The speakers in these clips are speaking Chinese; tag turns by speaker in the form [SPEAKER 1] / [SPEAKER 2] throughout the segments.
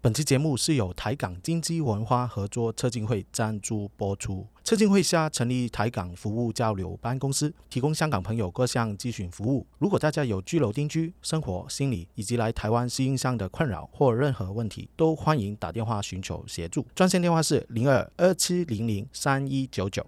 [SPEAKER 1] 本期节目是由台港经济文化合作策进会赞助播出。策进会下成立台港服务交流办公室，提供香港朋友各项咨询服务。如果大家有居留、定居、生活、心理以及来台湾适应上的困扰或任何问题，都欢迎打电话寻求协助。专线电话是零二二七零零三一九九。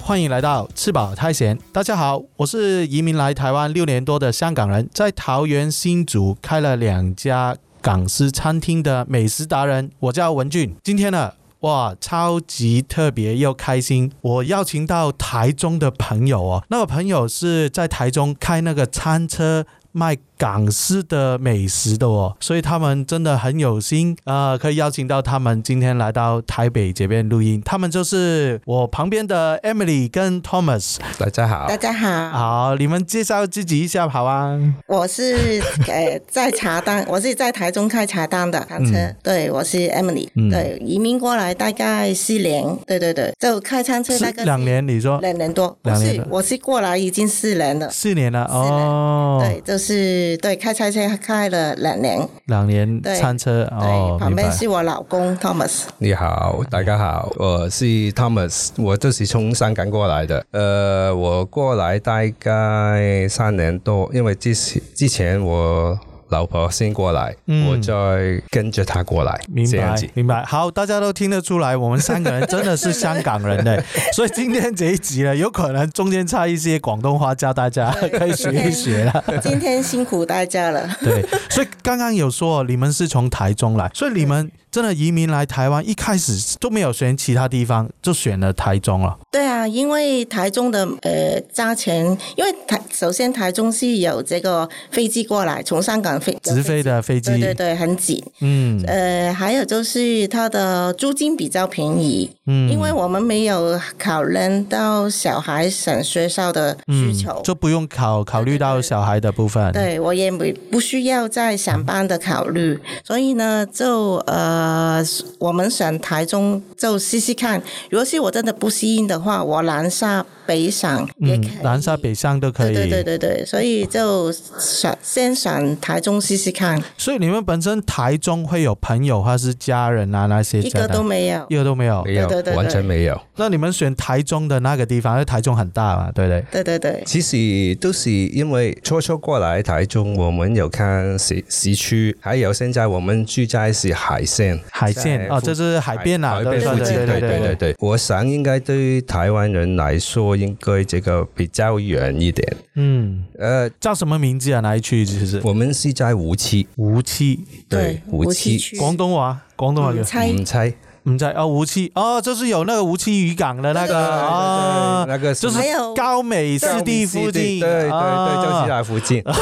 [SPEAKER 1] 欢迎来到吃饱太闲。大家好，我是移民来台湾六年多的香港人，在桃园新竹开了两家港式餐厅的美食达人。我叫文俊。今天呢，哇，超级特别又开心！我邀请到台中的朋友哦，那个朋友是在台中开那个餐车。卖港式的美食的哦，所以他们真的很有心，呃，可以邀请到他们今天来到台北这边录音。他们就是我旁边的 Emily 跟 Thomas。
[SPEAKER 2] 大家好，
[SPEAKER 3] 大家好，
[SPEAKER 1] 好，你们介绍自己一下好啊。
[SPEAKER 3] 我是呃在茶档， 我是在台中开茶档的餐车，对，我是 Emily，、
[SPEAKER 1] 嗯
[SPEAKER 3] 对，移民过来大概四年，对对对，就开餐车
[SPEAKER 1] 是
[SPEAKER 3] 大概
[SPEAKER 1] 两年，你说
[SPEAKER 3] 两年多，不
[SPEAKER 1] 两年
[SPEAKER 3] 是
[SPEAKER 1] 多，
[SPEAKER 3] 我是过来已经四年了，
[SPEAKER 1] 四年了
[SPEAKER 3] 四年
[SPEAKER 1] 哦，
[SPEAKER 3] 对，就是对开餐车开了两年，
[SPEAKER 1] 两年
[SPEAKER 3] 对
[SPEAKER 1] 餐车
[SPEAKER 3] 对，
[SPEAKER 1] 哦，
[SPEAKER 3] 旁
[SPEAKER 1] 明
[SPEAKER 3] 边
[SPEAKER 1] 白。
[SPEAKER 3] 是我老公 Thomas，
[SPEAKER 2] 你好，大家好，我是 Thomas，我这是从香港过来的。呃，我过来大概三年多，因为之前之前我老婆先过来，
[SPEAKER 1] 嗯
[SPEAKER 2] 我再跟着她过来，
[SPEAKER 1] 明
[SPEAKER 2] 这样
[SPEAKER 1] 白
[SPEAKER 2] 子，。
[SPEAKER 1] 明白。好，大家都听得出来，我们三个人真的是香港人 嘞。所以今天这一集呢，有可能中间差一些广东话，教大 家
[SPEAKER 3] 对
[SPEAKER 1] 可以学一学 啦。
[SPEAKER 3] 今天辛苦大家了。
[SPEAKER 1] 对，所以刚刚有说哦你们是从台中来，所以你们真的移民来台湾，一开始都没有选其他地方，就选了台中了。
[SPEAKER 3] 对啊，因为台中的呃价钱，因为台首先台中是有这个飞机过来，从香港飞
[SPEAKER 1] 直飞的飞机，
[SPEAKER 3] 对对对，很挤。
[SPEAKER 1] 嗯
[SPEAKER 3] 呃，还有就是它的租金比较便宜，
[SPEAKER 1] 嗯，
[SPEAKER 3] 因为我们没有考量到小孩上学校的需求。
[SPEAKER 1] 嗯、就不用考考虑到小孩的部分。
[SPEAKER 3] 对我也没不需要再上班的考虑，所以呢，就呃，我们上台中就试试看。如果是我真的不适应的话，我南沙北上也可以
[SPEAKER 1] 嗯，。南沙北上都可以。
[SPEAKER 3] 对对对对对，所以就上先上台中试试看，
[SPEAKER 1] 所以你们本身台中会有朋友或是家人啊那些
[SPEAKER 3] 一
[SPEAKER 1] 在
[SPEAKER 3] 个
[SPEAKER 1] 那
[SPEAKER 3] 都没有。
[SPEAKER 1] 一个都没有。
[SPEAKER 2] 没有，
[SPEAKER 3] 对对对对
[SPEAKER 2] 完全没有。
[SPEAKER 1] 那你们选台中的那个地方，因为台中很大嘛，对不对？
[SPEAKER 3] 对对对，
[SPEAKER 2] 其实都是因为初初过来台中，我们有看市市区，还有现在我们住在是海线，
[SPEAKER 1] 海线
[SPEAKER 2] 在
[SPEAKER 1] 哦，
[SPEAKER 2] 附
[SPEAKER 1] 这是海边啊，
[SPEAKER 2] 海
[SPEAKER 1] 对
[SPEAKER 2] 边
[SPEAKER 1] 对
[SPEAKER 2] 附近，
[SPEAKER 1] 对
[SPEAKER 2] 对
[SPEAKER 1] 对
[SPEAKER 2] 对
[SPEAKER 1] 对。
[SPEAKER 2] 对。我想应该对台湾人来说，应该这个比较远一点。
[SPEAKER 1] 嗯，
[SPEAKER 2] 呃，
[SPEAKER 1] 叫什么名字啊？哪一区？其实
[SPEAKER 2] 我们是在无期，
[SPEAKER 1] 无期，
[SPEAKER 2] 对无期，
[SPEAKER 3] 区
[SPEAKER 1] 广东话，广东话叫
[SPEAKER 3] 嗯，猜
[SPEAKER 2] 唔猜
[SPEAKER 1] 唔在哦，无期哦，就是有那个无期渔港的那个哦，
[SPEAKER 2] 那个
[SPEAKER 1] 就是
[SPEAKER 3] 还有
[SPEAKER 1] 高美湿地附近，
[SPEAKER 2] 对对对，就是
[SPEAKER 1] 啊
[SPEAKER 2] 那附近。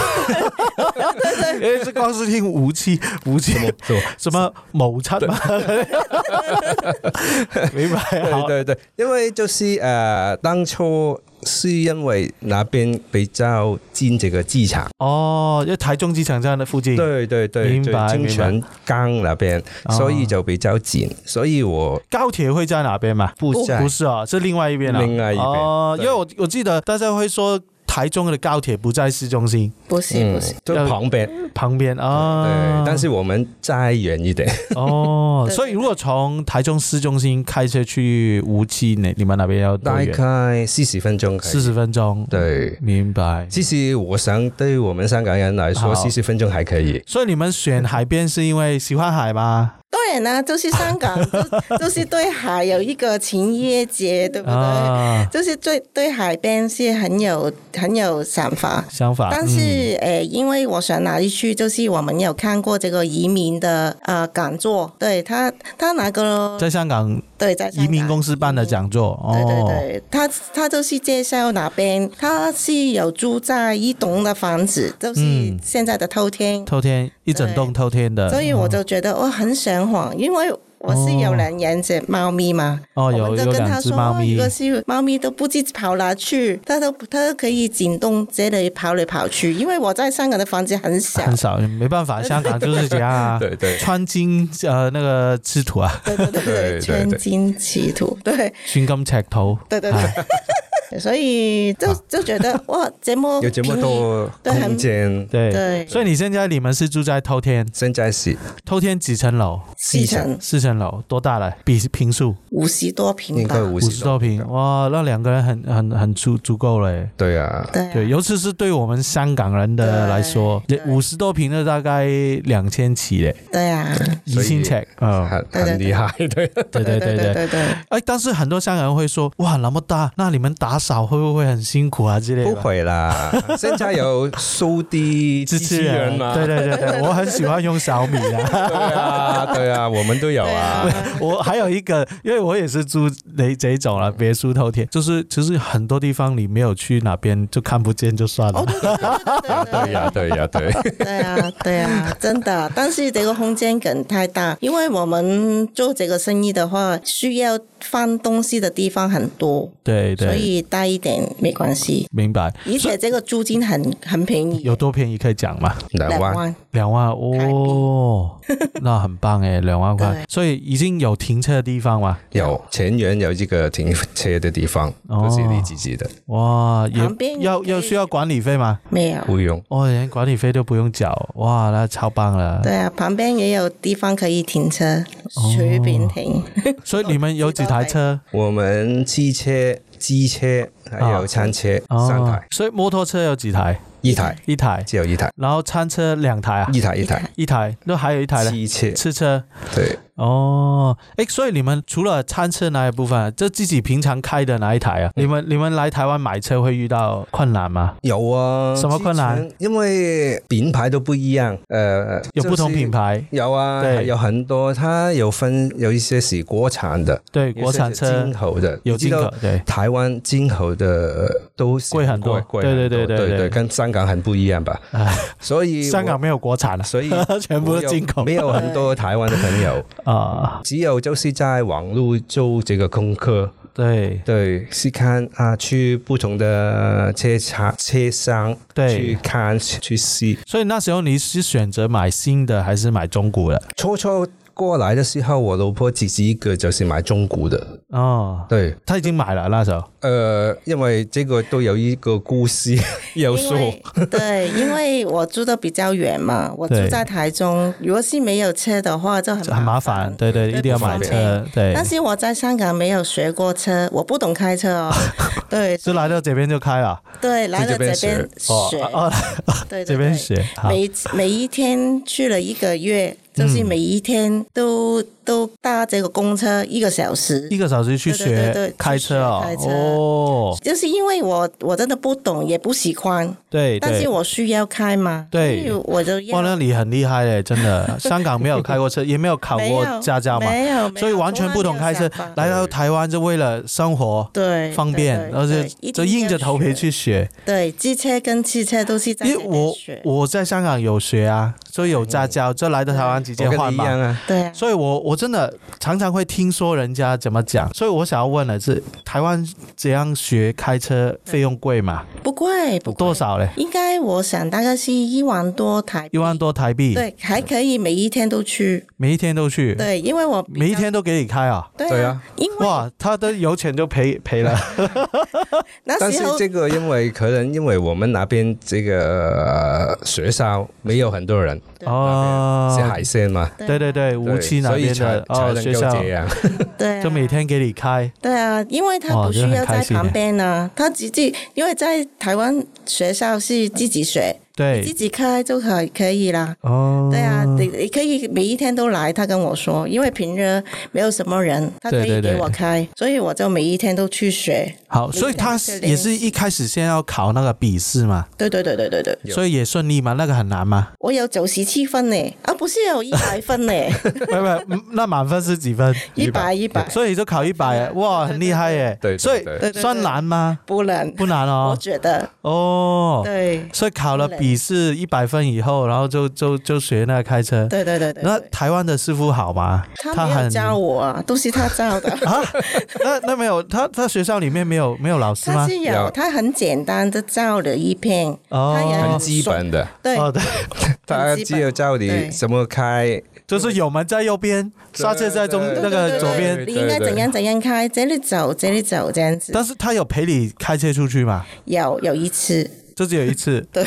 [SPEAKER 1] 诶，这光是听无期无期
[SPEAKER 2] 是吧
[SPEAKER 1] 什么某餐嘛， 明白好。
[SPEAKER 2] 对对对，因为就是呃，当初是因为那边比较近这个机场，
[SPEAKER 1] 哦，因为台中机场站的附近，
[SPEAKER 2] 对对对，
[SPEAKER 1] 嗯明
[SPEAKER 2] 就
[SPEAKER 1] 白
[SPEAKER 2] 金
[SPEAKER 1] 明白
[SPEAKER 2] 泉港那边，所以就比较近，所以我
[SPEAKER 1] 高铁会在哪边嘛？
[SPEAKER 2] 不在
[SPEAKER 1] 不是啊，是另外一边啊，
[SPEAKER 2] 另外一边
[SPEAKER 1] 哦，因
[SPEAKER 2] 对
[SPEAKER 1] 为我我记得大家会说台中的高铁不在市中心
[SPEAKER 3] 不是
[SPEAKER 2] 嗯
[SPEAKER 3] 不是，，
[SPEAKER 2] 就旁边，
[SPEAKER 1] 旁边啊，
[SPEAKER 2] 对，但是我们再远一点，
[SPEAKER 1] 哦，
[SPEAKER 3] 对
[SPEAKER 1] 所以如果从台中市中心开车去无锡，你你们那边要多
[SPEAKER 2] 大
[SPEAKER 1] 远？
[SPEAKER 2] 概四十分钟可以。
[SPEAKER 1] 四十分钟。，
[SPEAKER 2] 对，
[SPEAKER 1] 明白。
[SPEAKER 2] 其实我想对我们香港人来
[SPEAKER 1] 好
[SPEAKER 2] 说，四十分钟还可以。
[SPEAKER 1] 所以你们选海边是因为喜欢海吗？
[SPEAKER 3] 当然啦，啊就是香 港，就就是对海有一个情意结，对不对？
[SPEAKER 1] 啊，
[SPEAKER 3] 就是对对海边是很有很有想法。
[SPEAKER 1] 想法。
[SPEAKER 3] 但
[SPEAKER 1] 嗯
[SPEAKER 3] 是，呃，因为我想哪一区，就是我们有看过这个移民的呃讲座，对他，他那个
[SPEAKER 1] 在香港
[SPEAKER 3] 对在香
[SPEAKER 1] 移民
[SPEAKER 3] 港
[SPEAKER 1] 公司办的讲座，
[SPEAKER 3] 对对
[SPEAKER 1] 哦，
[SPEAKER 3] 对，他他就是介绍哪边，他是有住在一栋的房子，就是
[SPEAKER 1] 嗯
[SPEAKER 3] 现在的偷天，
[SPEAKER 1] 透天一整栋透天的。
[SPEAKER 3] 所以我就觉得我很向往，因为我是有人养只猫咪嘛，
[SPEAKER 1] 哦，
[SPEAKER 3] 我
[SPEAKER 1] 有
[SPEAKER 3] 们就
[SPEAKER 1] 有
[SPEAKER 3] 跟
[SPEAKER 1] 两
[SPEAKER 3] 他
[SPEAKER 1] 只
[SPEAKER 3] 说，
[SPEAKER 1] 猫
[SPEAKER 3] 哦如
[SPEAKER 1] 咪
[SPEAKER 3] 果，是猫咪都不知跑哪去，它都它都可以进洞这里跑来跑去，因为我在香港的房子很小，
[SPEAKER 1] 很少，没办法，香港就是这样啊。
[SPEAKER 2] 对对
[SPEAKER 1] 穿金呃那个赤土啊，
[SPEAKER 3] 对对对
[SPEAKER 2] 对对
[SPEAKER 3] 对，
[SPEAKER 2] 对
[SPEAKER 3] 穿金企图，对
[SPEAKER 1] 寸金尺土。
[SPEAKER 3] 对对对，所以就就觉得哇，这么
[SPEAKER 2] 有这么
[SPEAKER 3] 便宜
[SPEAKER 2] 多
[SPEAKER 3] 对很
[SPEAKER 2] 空间，
[SPEAKER 1] 对
[SPEAKER 3] 对
[SPEAKER 1] 所以你现在你们是住在透天，
[SPEAKER 2] 现在是
[SPEAKER 1] 透天几层楼？
[SPEAKER 3] 四层
[SPEAKER 1] 四层楼多大了？比平数
[SPEAKER 3] 五十多
[SPEAKER 2] 应
[SPEAKER 3] 平吧
[SPEAKER 2] 该，五
[SPEAKER 1] 五十
[SPEAKER 2] 十
[SPEAKER 1] 多平，哇，那两个人很很很足足够嘞。
[SPEAKER 2] 对啊，
[SPEAKER 3] 对啊
[SPEAKER 1] 对，尤其是对我们香港人的
[SPEAKER 3] 对
[SPEAKER 1] 来说，
[SPEAKER 3] 对
[SPEAKER 1] 五十多平的大概两千起嘞，
[SPEAKER 3] 对啊，
[SPEAKER 1] 一千尺啊，嗯
[SPEAKER 2] 很很厉害，对
[SPEAKER 1] 对啊对对
[SPEAKER 3] 对
[SPEAKER 1] 对。
[SPEAKER 3] 对对，
[SPEAKER 1] 哎，但是很多香港人会说，哇，那么大，那你们打扫会不会很辛苦啊之类的？
[SPEAKER 2] 不会 啦，现在有收地
[SPEAKER 1] 支
[SPEAKER 2] 机
[SPEAKER 1] 持
[SPEAKER 2] 器人啊
[SPEAKER 3] 啊
[SPEAKER 2] 嘛，
[SPEAKER 1] 对对对对，我很喜欢用小米 啊。
[SPEAKER 2] 对啊，对啊，我们都有啊，
[SPEAKER 1] 我还有一个，因为我也是住那这一种
[SPEAKER 2] 嗯
[SPEAKER 1] 了，别墅透天，就是其实很多地方你没有去哪边就看不见就算了。
[SPEAKER 3] 哦对对对对
[SPEAKER 2] 对啊呀，对呀， 对，
[SPEAKER 3] 对啊，对啊，真的。但是这个空间梗太大，因为我们做这个生意的话，需要放东西的地方很多，
[SPEAKER 1] 对
[SPEAKER 3] 所
[SPEAKER 1] 对，
[SPEAKER 3] 以大一点没关系。
[SPEAKER 1] 明白。
[SPEAKER 3] 而且这个租金很很便宜，
[SPEAKER 1] 有多便宜可以讲嘛？
[SPEAKER 2] 难
[SPEAKER 3] 两
[SPEAKER 2] 忘，
[SPEAKER 3] 万。
[SPEAKER 1] 两万 哦，那很棒哎，两万块
[SPEAKER 3] 对，
[SPEAKER 1] 所以已经有停车的地方嘛？
[SPEAKER 2] 有前园有一个停车的地方，
[SPEAKER 1] 哦
[SPEAKER 2] 都是你自己的，
[SPEAKER 1] 哇，
[SPEAKER 3] 旁边
[SPEAKER 1] 也要
[SPEAKER 3] 可以
[SPEAKER 1] 要需要管理费吗？
[SPEAKER 3] 没有。
[SPEAKER 2] 不用。
[SPEAKER 1] 哦，连管理费都不用缴，哇，那超棒了。
[SPEAKER 3] 对啊，旁边也有地方可以停车，
[SPEAKER 1] 哦
[SPEAKER 3] 随便停。
[SPEAKER 1] 所以你们有几台 车？
[SPEAKER 2] 我们汽车、机车还有餐车
[SPEAKER 1] 啊
[SPEAKER 2] 三
[SPEAKER 1] 哦
[SPEAKER 2] 台，，
[SPEAKER 1] 所以摩托车有几台？
[SPEAKER 2] 一台
[SPEAKER 1] 一台，
[SPEAKER 2] 只有一台，
[SPEAKER 1] 然后餐车两台啊，
[SPEAKER 2] 一台一台，
[SPEAKER 1] 一台，那还有一台呢，
[SPEAKER 2] 汽车
[SPEAKER 1] 吃车。
[SPEAKER 2] 对，
[SPEAKER 1] 哦，哎，所以你们除了餐车那一部分，就自己平常开的那一台啊？
[SPEAKER 2] 嗯
[SPEAKER 1] 你们你们来台湾买车会遇到困难吗？
[SPEAKER 2] 有啊。
[SPEAKER 1] 什么困难
[SPEAKER 2] 之前？因为品牌都不一样，呃，
[SPEAKER 1] 有不同品
[SPEAKER 2] 牌。
[SPEAKER 1] 牌，
[SPEAKER 2] 有啊，
[SPEAKER 1] 对
[SPEAKER 2] 还有很多，它有分有一些是国产的，
[SPEAKER 1] 对，
[SPEAKER 2] 有些
[SPEAKER 1] 国产
[SPEAKER 2] 是
[SPEAKER 1] 车
[SPEAKER 2] 进口的，
[SPEAKER 1] 有进口
[SPEAKER 2] 你知道，
[SPEAKER 1] 对。
[SPEAKER 2] 台湾进口的都是
[SPEAKER 1] 贵很多
[SPEAKER 2] 贵
[SPEAKER 1] 对对
[SPEAKER 2] 很
[SPEAKER 1] 对
[SPEAKER 2] 多
[SPEAKER 1] 对
[SPEAKER 2] 对
[SPEAKER 1] 对
[SPEAKER 2] 跟香港很不一样吧？
[SPEAKER 1] 唉
[SPEAKER 2] 所以 我
[SPEAKER 1] 香港没有国产啊，
[SPEAKER 2] 哎所以
[SPEAKER 1] 全部都进口
[SPEAKER 2] 没有很多台湾的朋友，
[SPEAKER 1] 啊。
[SPEAKER 2] 只有就是在网络做这个功课，
[SPEAKER 1] 对
[SPEAKER 2] 对，是看啊，去不同的车厂、车商去
[SPEAKER 1] 对，
[SPEAKER 2] 看去试。
[SPEAKER 1] 所以那时候你是选择买新的还是买中古的？
[SPEAKER 2] 初初过来的时候，我老婆自己一个就是买中古的，
[SPEAKER 1] 哦，
[SPEAKER 2] 对。
[SPEAKER 1] 他已经买了那时候。
[SPEAKER 2] 呃，因为这个都有一个故事 要
[SPEAKER 3] 因
[SPEAKER 2] 说
[SPEAKER 3] 为，对，因为我住的比较远嘛，我住
[SPEAKER 1] 对
[SPEAKER 3] 在台中，如果是没有车的话，就很
[SPEAKER 1] 很麻烦，对对，
[SPEAKER 3] 对
[SPEAKER 1] 一定要
[SPEAKER 3] 不
[SPEAKER 1] 买
[SPEAKER 3] 方便
[SPEAKER 1] 车，对
[SPEAKER 3] 但，是我在香港没有学过车，我不懂开车 哦。对
[SPEAKER 1] 就来到这边就开了，
[SPEAKER 3] 对，来了
[SPEAKER 2] 这
[SPEAKER 3] 这边
[SPEAKER 2] 边
[SPEAKER 3] 学
[SPEAKER 2] 学，
[SPEAKER 1] 哦哦，
[SPEAKER 3] 对对
[SPEAKER 1] 这边
[SPEAKER 3] 对
[SPEAKER 1] 学，好嗯
[SPEAKER 3] 每每一天去了一个月，就是每一天都、都搭这个公车一个小时
[SPEAKER 1] 一。个小时去
[SPEAKER 3] 对对对对
[SPEAKER 1] 学
[SPEAKER 3] 去
[SPEAKER 1] 开车哦
[SPEAKER 3] 学开，车
[SPEAKER 1] 哦，
[SPEAKER 3] 就是因为我我真的不懂，也不喜欢，
[SPEAKER 1] 对
[SPEAKER 3] 但是
[SPEAKER 1] 对，
[SPEAKER 3] 我需要开嘛，
[SPEAKER 1] 对
[SPEAKER 3] 所以我就要
[SPEAKER 1] 哇，那你很厉害嘞，真 的，香港没有开过车，也没有考
[SPEAKER 3] 没
[SPEAKER 1] 过
[SPEAKER 3] 有
[SPEAKER 1] 驾照嘛，
[SPEAKER 3] 没有，没有
[SPEAKER 1] 所以完全不懂开车
[SPEAKER 3] 从来没有想，法
[SPEAKER 1] 来到台湾就为了生活。
[SPEAKER 3] 对
[SPEAKER 1] 方便，而且就硬着头皮。
[SPEAKER 3] 对对对一定要学
[SPEAKER 1] 去学，
[SPEAKER 3] 对，机车跟汽车都是在
[SPEAKER 1] 因为
[SPEAKER 3] 这边
[SPEAKER 1] 我
[SPEAKER 3] 学。
[SPEAKER 1] 我在香港有学啊，所以有驾照，就来到台湾直接
[SPEAKER 2] 我跟
[SPEAKER 1] 换
[SPEAKER 2] 你一
[SPEAKER 1] 嘛。
[SPEAKER 2] 样啊，
[SPEAKER 3] 对啊，
[SPEAKER 1] 所以我我真的常常会听说人家怎么讲，所以我想要问的是，台湾怎样学开车费用贵嘛？
[SPEAKER 3] 不贵，不贵
[SPEAKER 1] 多少嘞？
[SPEAKER 3] 应该我想大概是一万多台币
[SPEAKER 1] 一万多台币，
[SPEAKER 3] 对，还可以每一天都去。
[SPEAKER 1] 每一天都去，
[SPEAKER 3] 对，因为我比较
[SPEAKER 1] 每一天都给你开啊！
[SPEAKER 3] 对啊，
[SPEAKER 2] 对啊
[SPEAKER 3] 因为
[SPEAKER 1] 哇，他的油钱就赔赔了，
[SPEAKER 3] 那
[SPEAKER 2] 但是
[SPEAKER 3] 时候
[SPEAKER 2] 这个因为可能因为我们那边这个、呃、学校没有很多人，
[SPEAKER 1] 哦
[SPEAKER 2] 是，海鲜嘛，
[SPEAKER 1] 对对对，无锡那
[SPEAKER 2] 所以
[SPEAKER 1] 边
[SPEAKER 2] 才
[SPEAKER 1] 的哦
[SPEAKER 2] 才能
[SPEAKER 1] 学
[SPEAKER 2] 够
[SPEAKER 1] 校，
[SPEAKER 2] 这样。
[SPEAKER 3] 对啊，
[SPEAKER 1] 就每天给你开，
[SPEAKER 3] 对啊，因为他
[SPEAKER 1] 哇
[SPEAKER 3] 不需
[SPEAKER 1] 真的
[SPEAKER 3] 要
[SPEAKER 1] 很开
[SPEAKER 3] 在
[SPEAKER 1] 心耶
[SPEAKER 3] 旁边啊，他自己因为在台湾学校是自己学，自
[SPEAKER 1] 对，
[SPEAKER 3] 己开就可可以啦。
[SPEAKER 1] 哦，
[SPEAKER 3] 对啊，你你可以每一天都来。他跟我说，因为平日没有什么人，他可
[SPEAKER 1] 对
[SPEAKER 3] 以
[SPEAKER 1] 对对
[SPEAKER 3] 给我开，所以我就每一天都去学。
[SPEAKER 1] 好，所以他也是一开始先要考那个笔试嘛，
[SPEAKER 3] 对对对对对对，
[SPEAKER 2] 有
[SPEAKER 1] 所以也顺利嘛，那个很难 吗？
[SPEAKER 3] 我有九十七分呢，啊，不是有一百 分呢，
[SPEAKER 1] 不不，嗯那满分是几分？
[SPEAKER 3] 一百一百，
[SPEAKER 1] 所以就考一百，哇，很厉害耶！
[SPEAKER 2] 对对
[SPEAKER 1] 所以
[SPEAKER 2] 对
[SPEAKER 3] 对对
[SPEAKER 1] 算难吗？
[SPEAKER 3] 不能，
[SPEAKER 1] 不难
[SPEAKER 3] 我
[SPEAKER 1] 哦，
[SPEAKER 3] 觉得
[SPEAKER 1] 哦，
[SPEAKER 3] 对，
[SPEAKER 1] 所以考了笔试一百分以后，然后就就就学那个开车。
[SPEAKER 3] 对对对对，
[SPEAKER 1] 那
[SPEAKER 3] 对
[SPEAKER 1] 台湾的师傅好吗？
[SPEAKER 3] 他没有
[SPEAKER 1] 很啊
[SPEAKER 3] 教我啊，都是他 教的。
[SPEAKER 1] 那那没有他他学校里面没有没有老师
[SPEAKER 3] 他
[SPEAKER 1] 吗？
[SPEAKER 3] 是有，
[SPEAKER 2] 有
[SPEAKER 3] 他很简单的照了一片，
[SPEAKER 1] 哦
[SPEAKER 3] 他也
[SPEAKER 2] 很基本的，
[SPEAKER 3] 对
[SPEAKER 1] 哦，对，
[SPEAKER 2] 大家
[SPEAKER 3] 基
[SPEAKER 2] 知
[SPEAKER 3] 本
[SPEAKER 2] 道教你
[SPEAKER 3] 对
[SPEAKER 2] 怎么开，
[SPEAKER 1] 就是有门在右边，刹车在中
[SPEAKER 2] 对
[SPEAKER 1] 那个左边，
[SPEAKER 2] 对
[SPEAKER 3] 你应该怎样怎样开，这里走，这里走，这样子。
[SPEAKER 1] 但是他有陪你开车出去嘛？
[SPEAKER 3] 有有一次，
[SPEAKER 1] 就只有一次，
[SPEAKER 3] 对，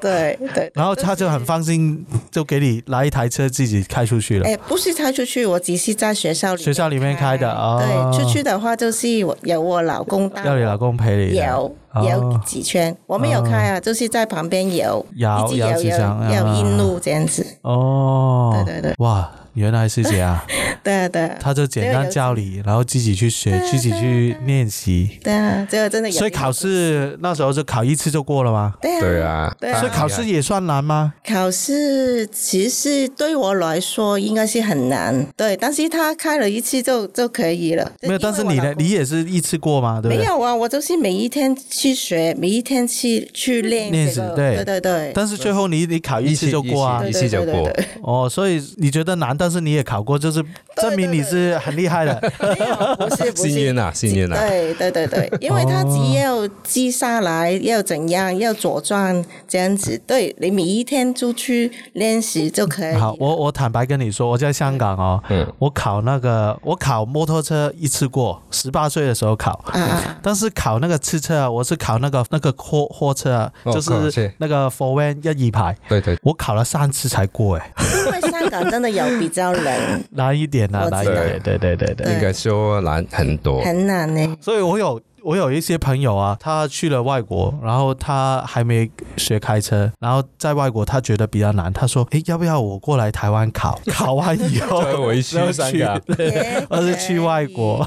[SPEAKER 3] 对对。
[SPEAKER 1] 然后他就很放心，就给你来一台车自己开出去了。
[SPEAKER 3] 哎，不是他出去，我只是在学校里面
[SPEAKER 1] 学校里面开的哦
[SPEAKER 3] 对，出去的话就是我有我老公带
[SPEAKER 1] 要你老公陪你的，
[SPEAKER 3] 啊有
[SPEAKER 1] 哦
[SPEAKER 3] 有几圈，我没有开啊，就是在旁边有
[SPEAKER 1] 摇
[SPEAKER 3] 一直
[SPEAKER 1] 摇
[SPEAKER 3] 有
[SPEAKER 1] 几
[SPEAKER 3] 有
[SPEAKER 1] 张啊
[SPEAKER 3] 有引路这样子，
[SPEAKER 1] 哦，
[SPEAKER 3] 对对对
[SPEAKER 1] 哇，原来是这 样，
[SPEAKER 3] 对啊对啊，
[SPEAKER 1] 他就简单教你，然后自己去学，自己去练习。
[SPEAKER 3] 对啊，这个真的有。
[SPEAKER 1] 所以考试那时候就考一次就过了吗？
[SPEAKER 3] 对啊
[SPEAKER 2] 对啊，
[SPEAKER 3] 对啊
[SPEAKER 1] 所以考试也算难吗？
[SPEAKER 3] 考试其实对我来说应该是很难，对，但是他开了一次就就可以了。
[SPEAKER 1] 没有，但是你
[SPEAKER 3] 因为我
[SPEAKER 1] 呢
[SPEAKER 3] 老？公
[SPEAKER 1] 你也是一次过吗？对不
[SPEAKER 3] 没
[SPEAKER 1] 对？
[SPEAKER 3] 有啊，我就是每一天去学，每一天去去练
[SPEAKER 1] 练
[SPEAKER 3] 这个
[SPEAKER 1] 习对
[SPEAKER 3] 对对对，
[SPEAKER 1] 但是最后你你考一次就过啊
[SPEAKER 2] 一
[SPEAKER 3] 对
[SPEAKER 2] 次就过
[SPEAKER 3] 对对
[SPEAKER 1] 哦，所以你觉得难，但是你也考过，就是证明你是很厉害 的。
[SPEAKER 3] 对没有不是不
[SPEAKER 2] 幸
[SPEAKER 3] 是
[SPEAKER 2] 运。啊，幸运啊，哦
[SPEAKER 3] 对对对对，因为他只要记下来，要怎样，要左转这样子，对你每一天就去练习就可以。
[SPEAKER 1] 好，我我坦白跟你说，我在香港哦，
[SPEAKER 2] 嗯
[SPEAKER 1] 我考那个我考摩托车一次过，十八岁的时候考。
[SPEAKER 3] 啊啊，
[SPEAKER 1] 但是考那个汽车啊，我是考那个那个货货车啊，
[SPEAKER 2] 哦
[SPEAKER 1] 就
[SPEAKER 2] 货
[SPEAKER 1] 是
[SPEAKER 2] 车
[SPEAKER 1] 那个 f o r van 一二排，
[SPEAKER 2] 对对
[SPEAKER 1] 我考了三次才过，哎，
[SPEAKER 3] 因为香港真的有比较冷，
[SPEAKER 1] 难一点啊，
[SPEAKER 3] 我知
[SPEAKER 1] 难
[SPEAKER 3] 道
[SPEAKER 1] 一点，对对对对。
[SPEAKER 2] 应该说难很多，
[SPEAKER 3] 很难 呢。
[SPEAKER 1] 所以我有我有一些朋友啊，他去了外国，然后他还没学开车，然后在外国他觉得比较难，他说：“诶，要不要我过来台湾 考？考完以后
[SPEAKER 2] 再回去
[SPEAKER 1] 然后
[SPEAKER 2] 香
[SPEAKER 1] 去
[SPEAKER 2] 港
[SPEAKER 1] 对，而是去外国。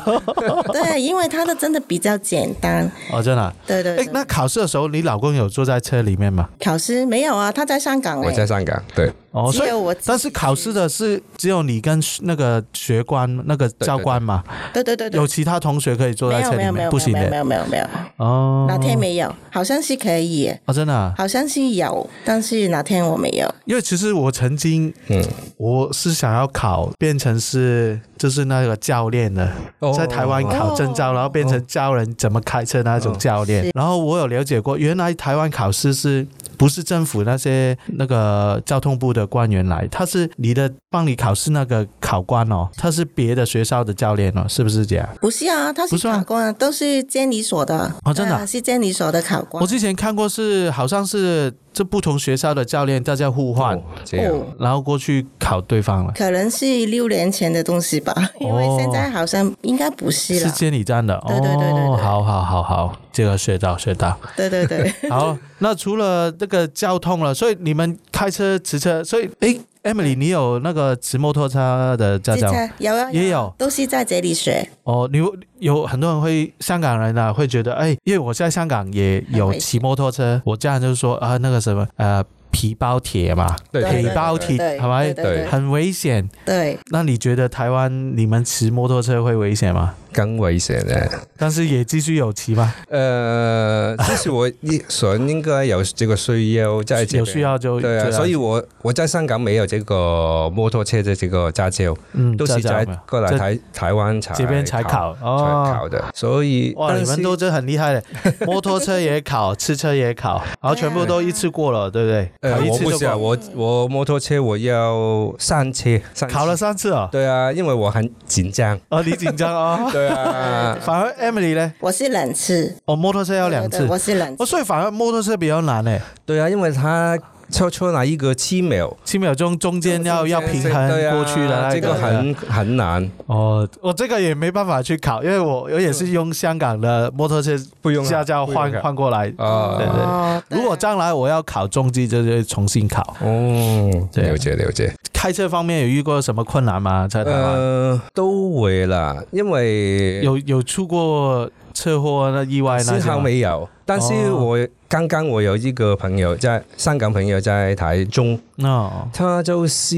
[SPEAKER 3] 对，因为他的真的比较简单。
[SPEAKER 1] 哦，真的啊、
[SPEAKER 3] 对对
[SPEAKER 1] 诶，
[SPEAKER 2] 哎
[SPEAKER 3] 对
[SPEAKER 1] 那考试的时候，你老公有坐在车里面吗？
[SPEAKER 3] 考试没有啊，他在香港
[SPEAKER 2] 我
[SPEAKER 3] 哎、
[SPEAKER 2] 在香港，对
[SPEAKER 1] 哦，
[SPEAKER 3] 只
[SPEAKER 1] 所以
[SPEAKER 3] 有我自己
[SPEAKER 1] 但是考试的是只有你跟那个学官、那个教官嘛，
[SPEAKER 3] 对对对对，
[SPEAKER 1] 有其他同学可以坐
[SPEAKER 3] 没
[SPEAKER 1] 在车
[SPEAKER 3] 有没
[SPEAKER 1] 里
[SPEAKER 3] 有没
[SPEAKER 1] 面，
[SPEAKER 3] 有
[SPEAKER 1] 不行
[SPEAKER 3] 没有没
[SPEAKER 1] 的
[SPEAKER 3] 有没有没有，
[SPEAKER 1] 哦。
[SPEAKER 3] 哪天没有？好像是可以耶，
[SPEAKER 1] 哦，真的啊、
[SPEAKER 3] 好像是有，但是哪天我没有。
[SPEAKER 1] 因为其实我曾经，嗯，我是想要考变成是就是那个教练的，
[SPEAKER 2] 哦
[SPEAKER 1] 在台湾考证
[SPEAKER 3] 哦
[SPEAKER 1] 照，然后变成教人怎么开车那种教练。然后我有了解过，原来台湾考试是不是政府那些那个交通部的官员来，他是你的帮你考试那个考官哦，他是别的学校的教练哦，是不是这样？
[SPEAKER 3] 不是啊，他
[SPEAKER 1] 不
[SPEAKER 3] 是
[SPEAKER 1] 是吗
[SPEAKER 3] 考官，都是监理所的。
[SPEAKER 1] 哦真的啊
[SPEAKER 3] 对啊是监理所的考官
[SPEAKER 1] 我。之前看过是好像是这不同学校的教练大家互换，
[SPEAKER 2] 哦这样，
[SPEAKER 1] 然后过去考对方了。
[SPEAKER 3] 可能是六年前的东西吧，因为现在好像应该不是
[SPEAKER 1] 哦是
[SPEAKER 3] 了。
[SPEAKER 1] 监理站的，
[SPEAKER 3] 对对对对对
[SPEAKER 1] 哦，好好好好，这个学到学 到。
[SPEAKER 3] 对 对对，
[SPEAKER 1] 好，那除了这个交通了，所以你们开车、骑车，所以诶 e m i l y 你有那个骑摩托车的驾
[SPEAKER 3] 这
[SPEAKER 1] 照吗
[SPEAKER 3] 车有啊，
[SPEAKER 1] 也
[SPEAKER 3] 啊
[SPEAKER 1] 有
[SPEAKER 3] 都是在这里学。
[SPEAKER 1] 哦？你有很多人会，香港人啊，会觉得，哎，因为我在香港也有骑摩托车，我家人就说啊，那个什么，呃，皮包铁嘛，
[SPEAKER 2] 对对
[SPEAKER 1] 皮
[SPEAKER 2] 对
[SPEAKER 1] 包铁，
[SPEAKER 3] 对对
[SPEAKER 1] 好吧
[SPEAKER 3] 对，对对
[SPEAKER 1] 很危险。
[SPEAKER 3] 对，
[SPEAKER 1] 那你觉得台湾你们骑摩托车会危险吗？
[SPEAKER 2] 更危险
[SPEAKER 3] 哦
[SPEAKER 2] 的。
[SPEAKER 1] 但是也继续有骑吗？
[SPEAKER 2] 呃，其实我一想应该有这个需要在这边
[SPEAKER 1] 有需。要就
[SPEAKER 2] 对
[SPEAKER 1] 就
[SPEAKER 2] 啊，
[SPEAKER 1] 要
[SPEAKER 2] 所以我我在香港没有这个摩托车的这个驾照，
[SPEAKER 1] 嗯，
[SPEAKER 2] 都
[SPEAKER 1] 这
[SPEAKER 2] 是
[SPEAKER 1] 样
[SPEAKER 2] 在
[SPEAKER 1] 没有
[SPEAKER 2] 过来
[SPEAKER 1] 这
[SPEAKER 2] 台台湾才
[SPEAKER 1] 这边才考
[SPEAKER 2] 才
[SPEAKER 1] 哦。
[SPEAKER 2] 考的，所以
[SPEAKER 1] 哇，
[SPEAKER 2] 但
[SPEAKER 1] 你们
[SPEAKER 2] 是
[SPEAKER 1] 都真很厉 害的，摩托车也考，吃车也考，然后全部都一次过了，对不对？考
[SPEAKER 2] 呃，
[SPEAKER 1] 一
[SPEAKER 2] 我
[SPEAKER 1] 次
[SPEAKER 2] 不
[SPEAKER 1] 就是
[SPEAKER 2] 啊，
[SPEAKER 1] 过，
[SPEAKER 2] 我我摩托车我要上车，上
[SPEAKER 1] 考了
[SPEAKER 2] 车。
[SPEAKER 1] 三次哦。
[SPEAKER 2] 对啊，因为我很紧张。
[SPEAKER 1] 哦，你紧张 哦。
[SPEAKER 2] 对啊，
[SPEAKER 1] 反而 Emily 呢？
[SPEAKER 3] 我是两次，
[SPEAKER 1] 哦，摩托车要两
[SPEAKER 3] 对对
[SPEAKER 1] 次
[SPEAKER 3] 对，我是两次
[SPEAKER 1] 哦，。所以反而摩托车比较难诶，
[SPEAKER 2] 对啊，因为他超出来一个七秒，
[SPEAKER 1] 七秒钟中间要要平衡
[SPEAKER 2] 对啊
[SPEAKER 1] 过去的那
[SPEAKER 2] 这个很很难，
[SPEAKER 1] 哦，我这个也没办法去考，因为我我也是用香港的摩托车
[SPEAKER 2] 不用
[SPEAKER 1] 驾照
[SPEAKER 2] 不用
[SPEAKER 1] 换
[SPEAKER 2] 考
[SPEAKER 1] 换过来。
[SPEAKER 2] 啊。
[SPEAKER 1] 对
[SPEAKER 3] 哦，
[SPEAKER 1] 如果将来我要考中级，就是重新考。
[SPEAKER 2] 哦，
[SPEAKER 1] 对啊
[SPEAKER 2] 了解了解，
[SPEAKER 1] 开车方面有遇过什么困难吗？在台湾、
[SPEAKER 2] 呃，都会啦，因为
[SPEAKER 1] 有有出过车祸、那意外那
[SPEAKER 2] 幸
[SPEAKER 1] 些
[SPEAKER 2] 好
[SPEAKER 1] 吗？
[SPEAKER 2] 没有，但是
[SPEAKER 1] 哦
[SPEAKER 2] 我刚刚我有一个朋友在香港朋友在台中，
[SPEAKER 1] 哦，
[SPEAKER 2] 他就是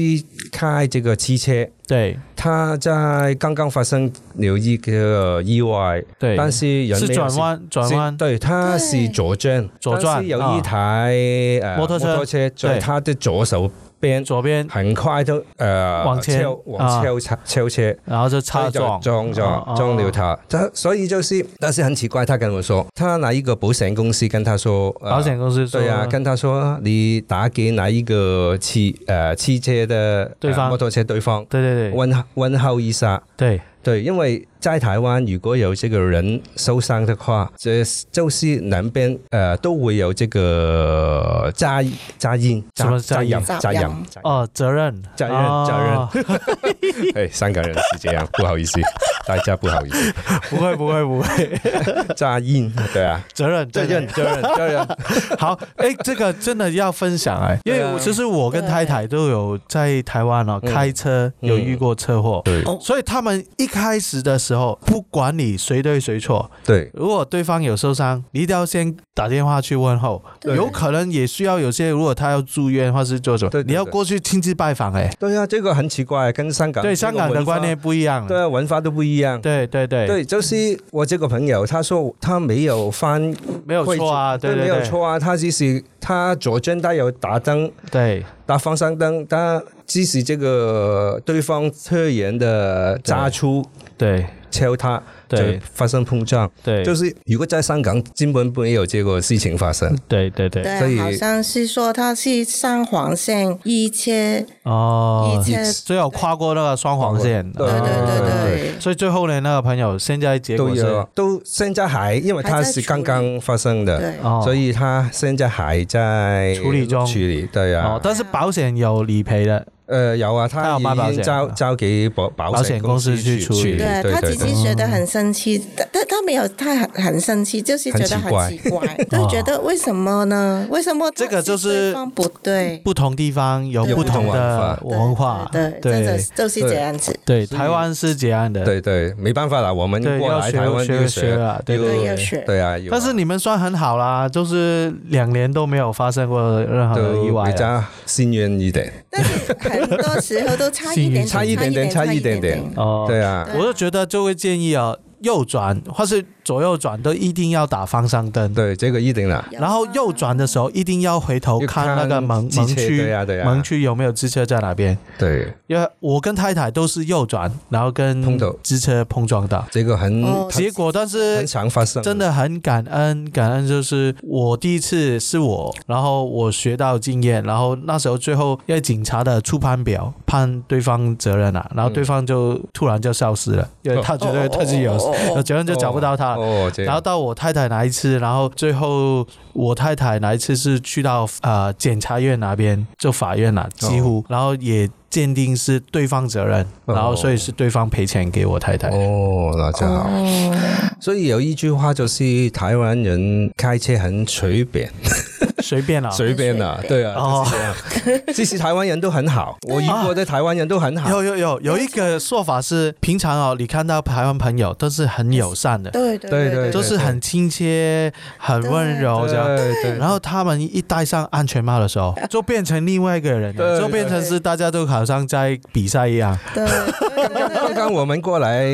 [SPEAKER 2] 开这个汽车，
[SPEAKER 1] 对
[SPEAKER 2] 他在刚刚发生了一个意外，
[SPEAKER 1] 对，
[SPEAKER 2] 但是人
[SPEAKER 1] 是
[SPEAKER 2] 没有
[SPEAKER 1] 转
[SPEAKER 2] 事
[SPEAKER 1] 弯转弯
[SPEAKER 2] 是对，他是左转，
[SPEAKER 1] 左转啊
[SPEAKER 2] 但是有一台、呃
[SPEAKER 1] 摩托车
[SPEAKER 2] 摩托车在
[SPEAKER 1] 对
[SPEAKER 2] 他的左手边
[SPEAKER 1] 左边，
[SPEAKER 2] 很快都呃
[SPEAKER 1] 往前
[SPEAKER 2] 超往超车超车。
[SPEAKER 1] 然后就擦撞，
[SPEAKER 2] 撞
[SPEAKER 1] 哦
[SPEAKER 2] 撞撞了。
[SPEAKER 1] 哦
[SPEAKER 2] 他，他所以就是，但是很奇怪，他跟我说，他哪一个保险公司跟他说，呃
[SPEAKER 1] 保险公司说
[SPEAKER 2] 对啊，跟他说你打给哪一个汽呃汽车的
[SPEAKER 1] 对方
[SPEAKER 2] 呃摩托车对方，
[SPEAKER 1] 对对对
[SPEAKER 2] 问问候一下，
[SPEAKER 1] 对，
[SPEAKER 2] 对，因为在台湾如果有这个人受伤的话，这就是两边呃都会有这个加加印，
[SPEAKER 1] 什么
[SPEAKER 2] 加
[SPEAKER 1] 加
[SPEAKER 2] 印
[SPEAKER 1] 印
[SPEAKER 2] 加印
[SPEAKER 3] 加印
[SPEAKER 1] 哦，责任，
[SPEAKER 2] 责任
[SPEAKER 1] 哦
[SPEAKER 2] 责任哎，香港人是这样，不好意思，大家不好意思，
[SPEAKER 1] 不会不会不会，
[SPEAKER 2] 加印，对啊，
[SPEAKER 1] 责任
[SPEAKER 2] 责任责任责任，
[SPEAKER 1] 好，哎、这个真的要分享哎、因
[SPEAKER 2] 对啊
[SPEAKER 1] 为我其实我跟太太都有在台湾哦
[SPEAKER 2] 嗯
[SPEAKER 1] 开车有遇过车祸，
[SPEAKER 2] 对
[SPEAKER 3] 哦
[SPEAKER 1] 所以他们一开始的时候，不管你谁对谁错，
[SPEAKER 2] 对
[SPEAKER 1] 如果对方有受伤，你一定要先打电话去问候，
[SPEAKER 2] 对
[SPEAKER 1] 有可能也需要有些，如果他要住院或是做什么，
[SPEAKER 2] 对对
[SPEAKER 1] 你要
[SPEAKER 2] 对
[SPEAKER 1] 过去亲自拜访哎、
[SPEAKER 2] 对啊，这个很奇怪，跟香港
[SPEAKER 1] 对
[SPEAKER 2] 这个
[SPEAKER 1] 香港的
[SPEAKER 2] 文化
[SPEAKER 1] 观念不一样，
[SPEAKER 2] 对啊文化都不一样。
[SPEAKER 1] 对对对
[SPEAKER 2] 对，就是我这个朋友，他说他没有翻
[SPEAKER 1] 没有错啊，
[SPEAKER 2] 对
[SPEAKER 1] 对对
[SPEAKER 2] 没有
[SPEAKER 1] 对
[SPEAKER 2] 错啊，他只是他左肩带有打灯，
[SPEAKER 1] 对
[SPEAKER 2] 打方向灯，他即使这个呃对方车员的扎出
[SPEAKER 1] 对
[SPEAKER 2] 敲他，就
[SPEAKER 1] 对
[SPEAKER 2] 发生碰撞。
[SPEAKER 1] 对，
[SPEAKER 2] 就是如果在香港，根本没有这个事情发生。
[SPEAKER 1] 对对对，
[SPEAKER 2] 所以
[SPEAKER 3] 对，好像是说他是上黄线一切
[SPEAKER 1] 哦
[SPEAKER 3] 一，切，
[SPEAKER 1] 所以有跨过那个双黄线，
[SPEAKER 2] 跨
[SPEAKER 3] 对
[SPEAKER 2] 过
[SPEAKER 3] 对
[SPEAKER 1] 啊
[SPEAKER 2] 对
[SPEAKER 3] 对对。
[SPEAKER 1] 所以最后呢，那个朋友现在结
[SPEAKER 2] 都啊
[SPEAKER 1] 果是
[SPEAKER 2] 有，都现在还，因为他
[SPEAKER 3] 还在
[SPEAKER 2] 是
[SPEAKER 3] 处
[SPEAKER 2] 刚
[SPEAKER 3] 理
[SPEAKER 2] 刚发生的，
[SPEAKER 3] 对，
[SPEAKER 1] 哦，
[SPEAKER 2] 所以他现在还在
[SPEAKER 1] 处理中
[SPEAKER 2] 处理对啊
[SPEAKER 1] 哦，，但是保险有理赔的，
[SPEAKER 2] 呃，有啊，
[SPEAKER 1] 他有
[SPEAKER 2] 他
[SPEAKER 1] 买保
[SPEAKER 2] 已
[SPEAKER 1] 险
[SPEAKER 2] 经交
[SPEAKER 1] 啊
[SPEAKER 2] 交给保保
[SPEAKER 1] 险
[SPEAKER 2] 险
[SPEAKER 1] 公司去
[SPEAKER 2] 去
[SPEAKER 1] 处理
[SPEAKER 2] 对
[SPEAKER 3] 对他
[SPEAKER 2] 对
[SPEAKER 3] 其
[SPEAKER 2] 对
[SPEAKER 3] 实觉得很生气，但但他没有，他很很生气，就是觉得很
[SPEAKER 2] 很
[SPEAKER 3] 奇
[SPEAKER 2] 奇
[SPEAKER 3] 怪，
[SPEAKER 1] 嗯
[SPEAKER 3] 就觉得为什么呢？为什么
[SPEAKER 1] 这个就是
[SPEAKER 3] 对方不对？
[SPEAKER 1] 不同地方有
[SPEAKER 2] 有
[SPEAKER 1] 不同
[SPEAKER 2] 不同玩
[SPEAKER 1] 的
[SPEAKER 2] 法
[SPEAKER 1] 文化，
[SPEAKER 3] 对，对这
[SPEAKER 1] 对
[SPEAKER 3] 就是就是这样子。
[SPEAKER 1] 对，台湾是这样的，
[SPEAKER 2] 对对，没办法啦，我们
[SPEAKER 1] 对
[SPEAKER 2] 过
[SPEAKER 1] 要
[SPEAKER 2] 来
[SPEAKER 1] 学
[SPEAKER 2] 台湾
[SPEAKER 1] 学
[SPEAKER 2] 就
[SPEAKER 1] 学
[SPEAKER 2] 学
[SPEAKER 1] 啊对
[SPEAKER 2] 又
[SPEAKER 1] 对
[SPEAKER 3] 对要学
[SPEAKER 2] 对啊，有啊
[SPEAKER 1] 但是你们算很好啦，就是两年都没有发生过任何的意
[SPEAKER 2] 都
[SPEAKER 1] 外
[SPEAKER 2] 比
[SPEAKER 1] 啊，
[SPEAKER 2] 较幸运一点，
[SPEAKER 3] 但是很多时候都差 一点，
[SPEAKER 2] 差一点点，
[SPEAKER 3] 差
[SPEAKER 2] 差一点点，
[SPEAKER 1] 哦，
[SPEAKER 2] 对啊，
[SPEAKER 1] 我就觉得就会建议啊，右转或是左右转都一定要打方向灯，
[SPEAKER 2] 对，这个一定啦，
[SPEAKER 1] 然后右转的时候一定要回头
[SPEAKER 2] 要
[SPEAKER 1] 看
[SPEAKER 2] 看
[SPEAKER 1] 那个盲
[SPEAKER 2] 机
[SPEAKER 1] 盲
[SPEAKER 2] 车
[SPEAKER 1] 区，
[SPEAKER 2] 对啊对啊
[SPEAKER 1] 盲区有没有机车在哪边？
[SPEAKER 2] 对，
[SPEAKER 1] 因为我跟太太都是右转，然后跟
[SPEAKER 2] 碰头
[SPEAKER 1] 机车碰撞到，
[SPEAKER 2] 这个很
[SPEAKER 3] 哦
[SPEAKER 1] 结果但是
[SPEAKER 2] 很常发生，
[SPEAKER 1] 真的很感恩，感恩就是我第一次是我，然后我学到经验，然后那时候最后因为警察的初判表判对方责任了、然后对方就突然就消失了，因为他觉得他是有
[SPEAKER 3] 哦哦哦哦
[SPEAKER 1] 有责任就找不到他了。
[SPEAKER 2] 哦，这
[SPEAKER 1] 然后
[SPEAKER 2] 样
[SPEAKER 1] 到我太太那一次，然后最后我太太那一次是去到呃检察院那边，就法院了，几乎，然后也鉴定是对方责任，
[SPEAKER 2] 哦
[SPEAKER 1] 然后所以是对方赔钱给我太太。
[SPEAKER 2] 哦，那就好。
[SPEAKER 3] 哦，
[SPEAKER 2] 所以有一句话就是台湾人开车很随便，
[SPEAKER 1] 随便啦，
[SPEAKER 2] 随便啊，对
[SPEAKER 1] 哦
[SPEAKER 2] 啊，就是这样。其实台湾人都很好， 我遇过的台湾人都很好，
[SPEAKER 1] 有有有有一个说法是，平常哦，你看到台湾朋友都是很友善的，
[SPEAKER 3] 对对
[SPEAKER 2] 对对
[SPEAKER 1] 都 是很亲切、很温柔这样。
[SPEAKER 2] 对对。
[SPEAKER 1] 然后他们一戴上安全帽的时候，就变成另外一个人了，
[SPEAKER 2] 对
[SPEAKER 1] 就变成是大家都好像在比赛一样。
[SPEAKER 3] 对对对
[SPEAKER 2] 刚刚我们过来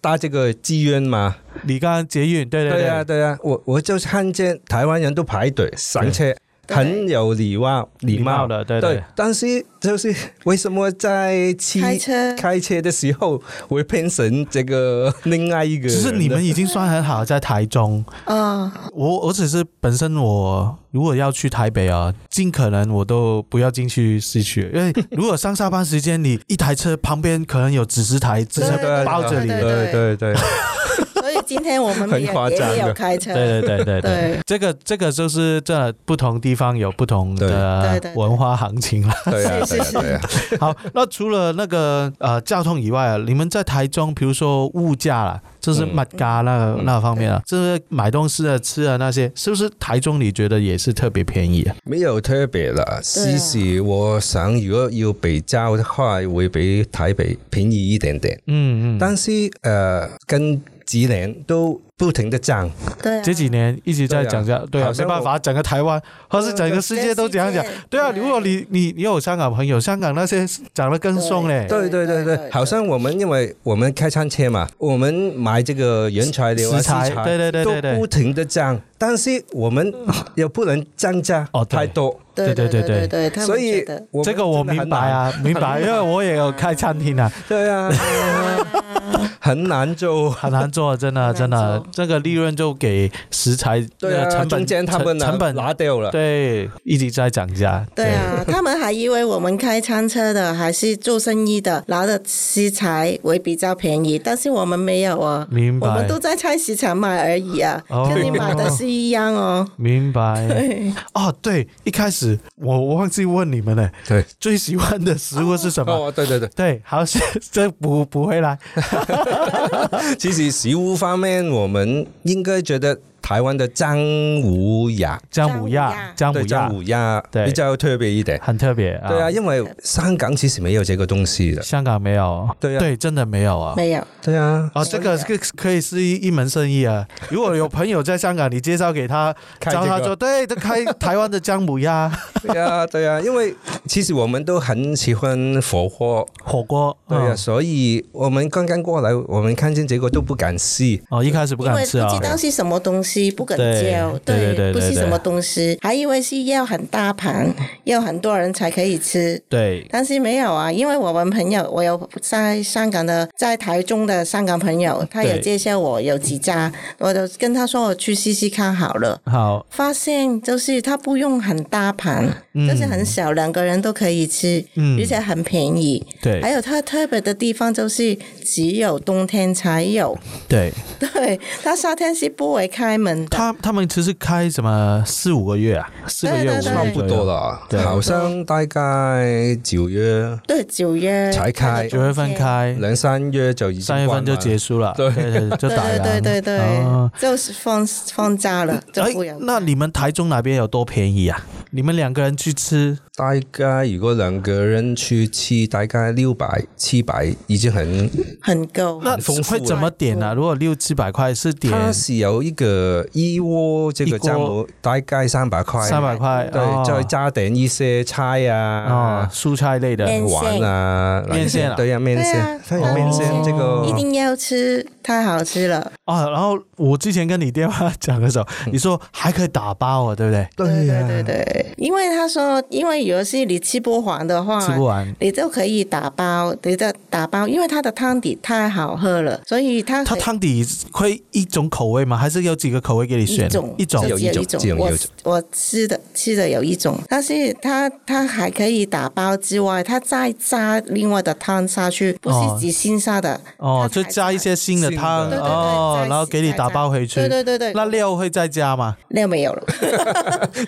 [SPEAKER 2] 搭这个机运嘛，
[SPEAKER 1] 你刚刚捷运，对
[SPEAKER 2] 对
[SPEAKER 1] 对，
[SPEAKER 2] 啊，对啊，我我就看见台湾人都排队上车，很有礼貌礼貌
[SPEAKER 1] 的，对
[SPEAKER 2] 对，但是就是为什么在骑
[SPEAKER 3] 开车
[SPEAKER 2] 开车的时候会变成这个另外一个人
[SPEAKER 1] 只
[SPEAKER 2] 呢？
[SPEAKER 1] 是你们已经算很好，在台中，
[SPEAKER 3] 啊，
[SPEAKER 1] 我我只是本身我如果要去台北啊，尽可能我都不要进去市区，因为如果上下班时间，你一台车旁边可能有几十台机
[SPEAKER 2] 对
[SPEAKER 1] 车
[SPEAKER 2] 对对
[SPEAKER 1] 包着你。
[SPEAKER 3] 对
[SPEAKER 2] 对对对，
[SPEAKER 3] 所以今天我们
[SPEAKER 2] 很
[SPEAKER 3] 也
[SPEAKER 2] 夸张的
[SPEAKER 3] 也有开车，
[SPEAKER 1] 对对对对
[SPEAKER 3] 对
[SPEAKER 1] 这个这个就是这不同地方有不同
[SPEAKER 3] 对
[SPEAKER 1] 的
[SPEAKER 3] 对对对
[SPEAKER 1] 文化行情了。
[SPEAKER 2] 对 啊，
[SPEAKER 3] 是
[SPEAKER 2] 对啊，
[SPEAKER 3] 是
[SPEAKER 2] 对啊，
[SPEAKER 1] 好，那除了那个呃交通以外啊，你们在台中，比如说物价啦，就是
[SPEAKER 2] 嗯
[SPEAKER 1] 物价那个、那方面啊，就是买东西啊、吃啊那些，是不是台中你觉得也是特别便宜啊？
[SPEAKER 2] 没有特别啦。其实我想，如果要比较的话，会比台北便宜一点点。
[SPEAKER 1] 嗯嗯，
[SPEAKER 2] 但是呃，跟几年都不停的涨，
[SPEAKER 3] 对啊，
[SPEAKER 1] 这几年一直在讲价，对啊
[SPEAKER 2] 好，
[SPEAKER 1] 没
[SPEAKER 2] 像
[SPEAKER 1] 办法，整个台湾或是整个世界都这样讲
[SPEAKER 3] 全世界。
[SPEAKER 1] 对啊，
[SPEAKER 3] 对
[SPEAKER 1] 如果你你你有香港朋友，香港那些涨得更凶嘞。
[SPEAKER 2] 对对
[SPEAKER 3] 对
[SPEAKER 2] 对对
[SPEAKER 3] 对
[SPEAKER 2] 好像我们因为我们开餐车嘛，我们买这个原材料啊、
[SPEAKER 1] 食材
[SPEAKER 2] 食材
[SPEAKER 1] 对对对对对
[SPEAKER 2] 都不停的涨，但是 我们也不能涨价
[SPEAKER 1] 哦对
[SPEAKER 2] 太多，
[SPEAKER 1] 对对对
[SPEAKER 3] 对
[SPEAKER 1] 对
[SPEAKER 3] 对，他们
[SPEAKER 2] 所
[SPEAKER 3] 觉
[SPEAKER 2] 以
[SPEAKER 3] 得
[SPEAKER 2] 我们
[SPEAKER 1] 这个我
[SPEAKER 2] 真的
[SPEAKER 1] 明
[SPEAKER 2] 很
[SPEAKER 1] 白
[SPEAKER 2] 难，
[SPEAKER 1] 啊，明 白，因为我也有开餐厅啊，
[SPEAKER 2] 对啊，很难做。
[SPEAKER 1] 很难做，真的真
[SPEAKER 3] 很难
[SPEAKER 1] 的
[SPEAKER 3] 做，
[SPEAKER 1] 这个利润就给食材
[SPEAKER 2] 对啊
[SPEAKER 1] 的，成本
[SPEAKER 2] 中间他
[SPEAKER 1] 成
[SPEAKER 2] 们拿
[SPEAKER 1] 成本
[SPEAKER 2] 拿掉 了，
[SPEAKER 1] 对一直在涨价。
[SPEAKER 3] 对 啊，他们还以为我们开餐车的还是做生意的拿的食材会比较便宜，但是我们没有啊，
[SPEAKER 1] 明
[SPEAKER 3] 我
[SPEAKER 1] 白
[SPEAKER 3] 们都在菜市场买而已啊，
[SPEAKER 1] 哦
[SPEAKER 3] 跟你买的是一样哦。
[SPEAKER 1] 明白。 哦，对，一开始我我忘记问你们了，
[SPEAKER 2] 对，
[SPEAKER 1] 最喜欢的食物是什么？
[SPEAKER 2] 哦，对对对，
[SPEAKER 1] 对，好，是这补补回来。
[SPEAKER 2] 其实食物方面，我们应该觉得台湾的姜母鸭，
[SPEAKER 1] 姜母鸭，姜母
[SPEAKER 2] 对姜
[SPEAKER 1] 鸭
[SPEAKER 2] 母鸭
[SPEAKER 1] 对
[SPEAKER 2] 比较特别一点。
[SPEAKER 1] 很特别啊。
[SPEAKER 2] 对啊，因为香港其实没有这个东西的。
[SPEAKER 1] 香港没有，
[SPEAKER 2] 对啊
[SPEAKER 1] 对，真的没有啊。
[SPEAKER 3] 没有，
[SPEAKER 2] 对啊，
[SPEAKER 1] 哦，这个这个可以是一一门生意啊！如果有朋友在香港，你介绍给他，
[SPEAKER 2] 开
[SPEAKER 1] 教
[SPEAKER 2] 这
[SPEAKER 1] 他
[SPEAKER 2] 个
[SPEAKER 1] 做，对，就开台湾的姜母 鸭
[SPEAKER 2] 对啊，对啊，因为其实我们都很喜欢火锅。
[SPEAKER 1] 火锅。
[SPEAKER 2] 对啊，
[SPEAKER 1] 嗯
[SPEAKER 2] 所以我们刚刚过来，我们看见这个都不敢吃。
[SPEAKER 1] 哦，一开始不
[SPEAKER 3] 因为
[SPEAKER 1] 敢
[SPEAKER 3] 不
[SPEAKER 1] 吃啊。
[SPEAKER 3] 知道是什么东西，不敢
[SPEAKER 1] 对
[SPEAKER 3] 叫，
[SPEAKER 1] 对对对对
[SPEAKER 3] 不是
[SPEAKER 1] 对
[SPEAKER 3] 什么东西，还以为是要很大盘，要很多人才可以吃。
[SPEAKER 1] 对，
[SPEAKER 3] 但是没有啊，因为我们朋友，我有在香港的，在台中的香港朋友，他
[SPEAKER 1] 对
[SPEAKER 3] 也介绍我有几家，我就跟他说我去试试看好了。
[SPEAKER 1] 好，
[SPEAKER 3] 发现就是它不用很大盘，就是很小，两个人都可以吃，
[SPEAKER 1] 嗯
[SPEAKER 3] 而且很便宜。
[SPEAKER 1] 对
[SPEAKER 3] 还有它特别的地方就是只有冬天才 有，
[SPEAKER 1] 对
[SPEAKER 3] 对，它夏天是不会开门的。
[SPEAKER 1] 他他们其实开什么四五个月啊，四个月
[SPEAKER 3] 对
[SPEAKER 1] 五
[SPEAKER 3] 对
[SPEAKER 1] 个
[SPEAKER 2] 差
[SPEAKER 1] 月
[SPEAKER 2] 不多了，
[SPEAKER 1] 对啊
[SPEAKER 2] 好像大概九月、
[SPEAKER 3] 对，九月
[SPEAKER 2] 才开
[SPEAKER 1] 九月份，开，
[SPEAKER 2] 两三月就已经
[SPEAKER 1] 三月份就结束了，对
[SPEAKER 2] 对
[SPEAKER 1] 对，对就
[SPEAKER 3] 对
[SPEAKER 1] 打烊。
[SPEAKER 3] 对对对
[SPEAKER 1] 哦
[SPEAKER 3] 对，就是放放假了，就
[SPEAKER 1] 哎
[SPEAKER 3] 不用，。
[SPEAKER 1] 那你们台中哪边有多便宜啊？你们两个人去吃，
[SPEAKER 2] 大概如果两个人去吃，大概六百七百已经很。
[SPEAKER 3] 很够。
[SPEAKER 1] 那
[SPEAKER 2] 丰富
[SPEAKER 1] 会
[SPEAKER 2] 了
[SPEAKER 1] 怎么点呢、啊？如果六七百块是点
[SPEAKER 2] 它是有一个一窝这
[SPEAKER 1] 一锅
[SPEAKER 2] 个姜母，大概三百块，
[SPEAKER 1] 三百块，
[SPEAKER 2] 对，
[SPEAKER 1] 哦
[SPEAKER 2] 再加点一些菜
[SPEAKER 1] 哦
[SPEAKER 2] 啊、
[SPEAKER 1] 蔬菜类的，
[SPEAKER 3] 面
[SPEAKER 2] 丸啊、
[SPEAKER 1] 面线啊
[SPEAKER 2] 对呀面
[SPEAKER 3] 对啊
[SPEAKER 2] 线，它有面
[SPEAKER 1] 哦
[SPEAKER 2] 线这
[SPEAKER 3] 一
[SPEAKER 2] 个
[SPEAKER 3] 定要吃，太好吃了。
[SPEAKER 1] 哦，然后我之前跟你电话讲的时候，你说还可以打包啊，对不对？
[SPEAKER 3] 对
[SPEAKER 2] 呀
[SPEAKER 3] 对对对，因为他说，因为有些你吃不完的话，
[SPEAKER 1] 吃不完，
[SPEAKER 3] 你就可以打包，你的打包，因为它的汤底太好喝了，所以它
[SPEAKER 1] 它
[SPEAKER 3] 很
[SPEAKER 1] 汤底会一种口味吗？还是有几个口味给你选？
[SPEAKER 3] 一种
[SPEAKER 1] 一种
[SPEAKER 3] 就
[SPEAKER 2] 有
[SPEAKER 3] 只有
[SPEAKER 2] 一种只有
[SPEAKER 3] 我
[SPEAKER 2] 一种
[SPEAKER 3] 我吃的吃的有一种，但是它它还可以打包之外，它再加另外的汤下去，不
[SPEAKER 1] 哦
[SPEAKER 3] 是只新下的
[SPEAKER 1] 哦，
[SPEAKER 3] 它
[SPEAKER 1] 就
[SPEAKER 3] 才
[SPEAKER 1] 加一些新的
[SPEAKER 2] 新的
[SPEAKER 1] 汤
[SPEAKER 3] 对对对
[SPEAKER 1] 哦
[SPEAKER 3] 再，
[SPEAKER 1] 然后给你打包回去。
[SPEAKER 3] 对对对对，
[SPEAKER 1] 那料会再加吗？
[SPEAKER 3] 那 没有了，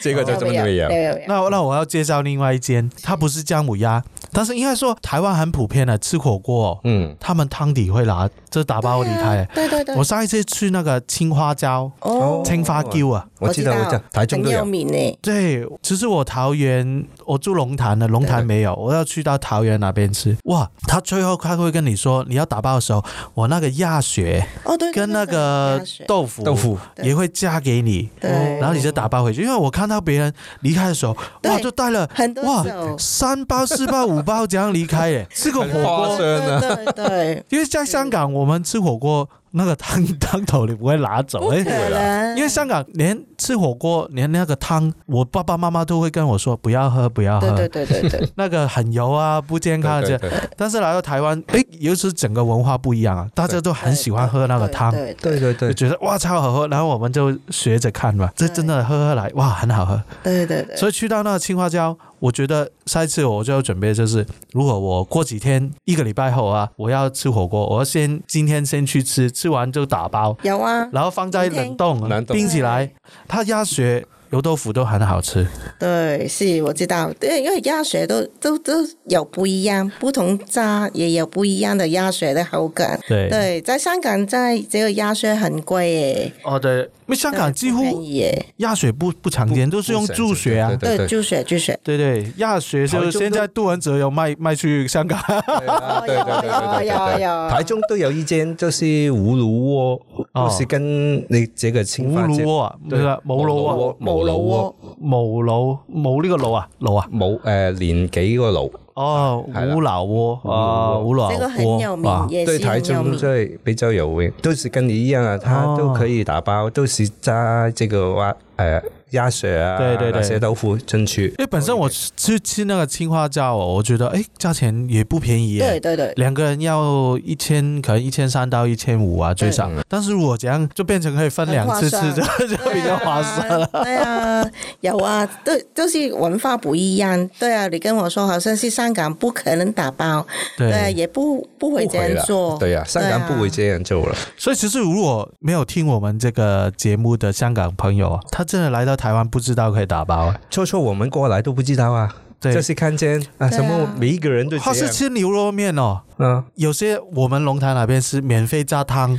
[SPEAKER 2] 这个就这么
[SPEAKER 3] 料
[SPEAKER 2] 没
[SPEAKER 3] 料
[SPEAKER 2] 有。
[SPEAKER 3] 没有。
[SPEAKER 1] 那那我要介绍另外一间，它不是姜母鸭，但是应该说台湾很普遍的吃火锅哦、
[SPEAKER 2] 嗯，
[SPEAKER 1] 他们汤底会拿这打包离开。
[SPEAKER 3] 对对对
[SPEAKER 1] 我，上一次去那个青花椒、
[SPEAKER 3] 哦
[SPEAKER 1] 青花椒啊，
[SPEAKER 2] 我知道，我知道，台中都
[SPEAKER 3] 很欸有
[SPEAKER 2] 有。
[SPEAKER 3] 名呢。
[SPEAKER 1] 对，其实我桃园，我住龙潭的，龙潭没有，我要去到桃园那边吃。哇，他最后他会跟你说，你要打包的时候，我那个鸭血
[SPEAKER 3] 哦对，对
[SPEAKER 1] 跟那个豆腐
[SPEAKER 2] 豆腐
[SPEAKER 1] 也会加给你，
[SPEAKER 3] 对
[SPEAKER 1] 然后你就打包回去。因为我看到别人离开的时候，哇，
[SPEAKER 3] 对
[SPEAKER 1] 就带了
[SPEAKER 3] 很多
[SPEAKER 1] 哇
[SPEAKER 3] 手
[SPEAKER 1] 三包四包五包这样离开 耶，吃个火
[SPEAKER 2] 花
[SPEAKER 1] 锅
[SPEAKER 2] 生。啊
[SPEAKER 3] 对对对对，
[SPEAKER 1] 因为在香港，我们吃火锅那个汤汤头你不会拿走，哎
[SPEAKER 3] 对可能
[SPEAKER 1] 因为香港连吃火锅，连那个汤，我爸爸妈妈都会跟我说不要喝，不要喝，
[SPEAKER 3] 对对对对对。
[SPEAKER 1] 那个很油啊，不健康啊。
[SPEAKER 2] 对
[SPEAKER 1] 这
[SPEAKER 2] 对对
[SPEAKER 1] 但是来到台湾，哎，尤其是整个文化不一样啊，大家都很喜欢喝那个汤，
[SPEAKER 3] 对对
[SPEAKER 2] 对对
[SPEAKER 1] 就
[SPEAKER 2] 对，
[SPEAKER 1] 觉得哇超好喝，然后我们就学着看嘛，这真的喝喝来哇很好喝。
[SPEAKER 3] 对对对，
[SPEAKER 1] 所以去到那个青花椒，我觉得下一次我就要准备，就是如果我过几天一个礼拜后啊，我要吃火锅，我要先今天先去吃，吃完就打包，
[SPEAKER 3] 有啊，
[SPEAKER 1] 然后放在冷冻
[SPEAKER 2] 冷冻
[SPEAKER 1] 冰起来
[SPEAKER 3] 对。
[SPEAKER 1] 它鸭血油豆腐都很好吃。
[SPEAKER 3] 对，是我知道，对，因为鸭血都都都有不一样，不同家也有不一样的鸭血的口感。
[SPEAKER 1] 对
[SPEAKER 3] 对，在香港，在这个鸭血很贵耶，
[SPEAKER 1] 哦，对，因为香港几
[SPEAKER 3] 不便
[SPEAKER 1] 乎
[SPEAKER 3] 宜耶。
[SPEAKER 1] 鸭血不不常见，
[SPEAKER 2] 不
[SPEAKER 1] 都是用
[SPEAKER 2] 不常见
[SPEAKER 1] 猪血啊
[SPEAKER 2] 对。对
[SPEAKER 3] 对，猪血，猪血。
[SPEAKER 1] 对对，鸭血就
[SPEAKER 2] 台
[SPEAKER 1] 是
[SPEAKER 2] 中
[SPEAKER 1] 现
[SPEAKER 2] 都
[SPEAKER 1] 在杜文泽有卖卖去香港，
[SPEAKER 3] 有有
[SPEAKER 2] 啊对对对对对对
[SPEAKER 3] 有
[SPEAKER 2] 对，台中都有一间就是葫芦窝，
[SPEAKER 1] 哦
[SPEAKER 2] 就是跟你这个青番
[SPEAKER 1] 葫芦窝啊
[SPEAKER 2] 对
[SPEAKER 1] 唔係啦冇腦
[SPEAKER 2] 窩
[SPEAKER 1] 啊
[SPEAKER 2] 冇腦窩，
[SPEAKER 1] 冇腦冇呢個腦啊，腦啊，
[SPEAKER 2] 冇诶年幾個爐，
[SPEAKER 1] 哦，
[SPEAKER 2] 係啦
[SPEAKER 1] 五老窩啊，五老
[SPEAKER 3] 这个很有
[SPEAKER 1] 窩啊
[SPEAKER 3] 名，，也
[SPEAKER 2] 對
[SPEAKER 3] 是
[SPEAKER 2] 台
[SPEAKER 3] 很有
[SPEAKER 2] 中
[SPEAKER 3] 名。
[SPEAKER 2] 即比較有名，都是跟你一樣啊，它都可以打包，都是加這個蛙诶鸭血啊，
[SPEAKER 1] 對對對
[SPEAKER 2] 那些豆腐进去
[SPEAKER 1] 因，为本身我吃吃那个青花椒哦，我觉得诶价钱也不便宜耶，
[SPEAKER 3] 对对 对，
[SPEAKER 1] 两个人要一千，可能一千三到一千五啊，最少。但是我这样就变成可以分两次吃，
[SPEAKER 3] 很划
[SPEAKER 1] 这就比较划算了。
[SPEAKER 3] 对啊，有啊，都都是文化不一样。对啊，你跟我说好像是香港不可能打包，对啊，也不不会
[SPEAKER 2] 不
[SPEAKER 3] 这
[SPEAKER 2] 回
[SPEAKER 3] 样
[SPEAKER 2] 啦
[SPEAKER 3] 做。
[SPEAKER 2] 對啊，香港不會這樣做啦。
[SPEAKER 1] 所以其实如果没有听我们这个节目的香港朋友啊，他真的来到台湾不知道可以打包、啊。
[SPEAKER 2] 初初我们过來都不知道啊，
[SPEAKER 1] 对
[SPEAKER 2] 就是看見
[SPEAKER 3] 對
[SPEAKER 2] 啊，
[SPEAKER 3] 啊
[SPEAKER 2] 什麼每一個人都這
[SPEAKER 1] 他是
[SPEAKER 2] 樣，
[SPEAKER 1] 吃牛肉面哦，
[SPEAKER 2] 嗯，
[SPEAKER 1] 有些我们龙潭那边是免费加汤，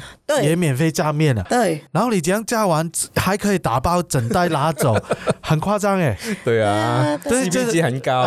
[SPEAKER 1] 也
[SPEAKER 3] 对
[SPEAKER 1] 免费加面啊。
[SPEAKER 3] 对，
[SPEAKER 1] 然后你这样加完还可以打包整袋拿 走，很夸张哎。
[SPEAKER 2] 對啊
[SPEAKER 3] 對
[SPEAKER 1] 啊
[SPEAKER 2] ，CP 值 很高，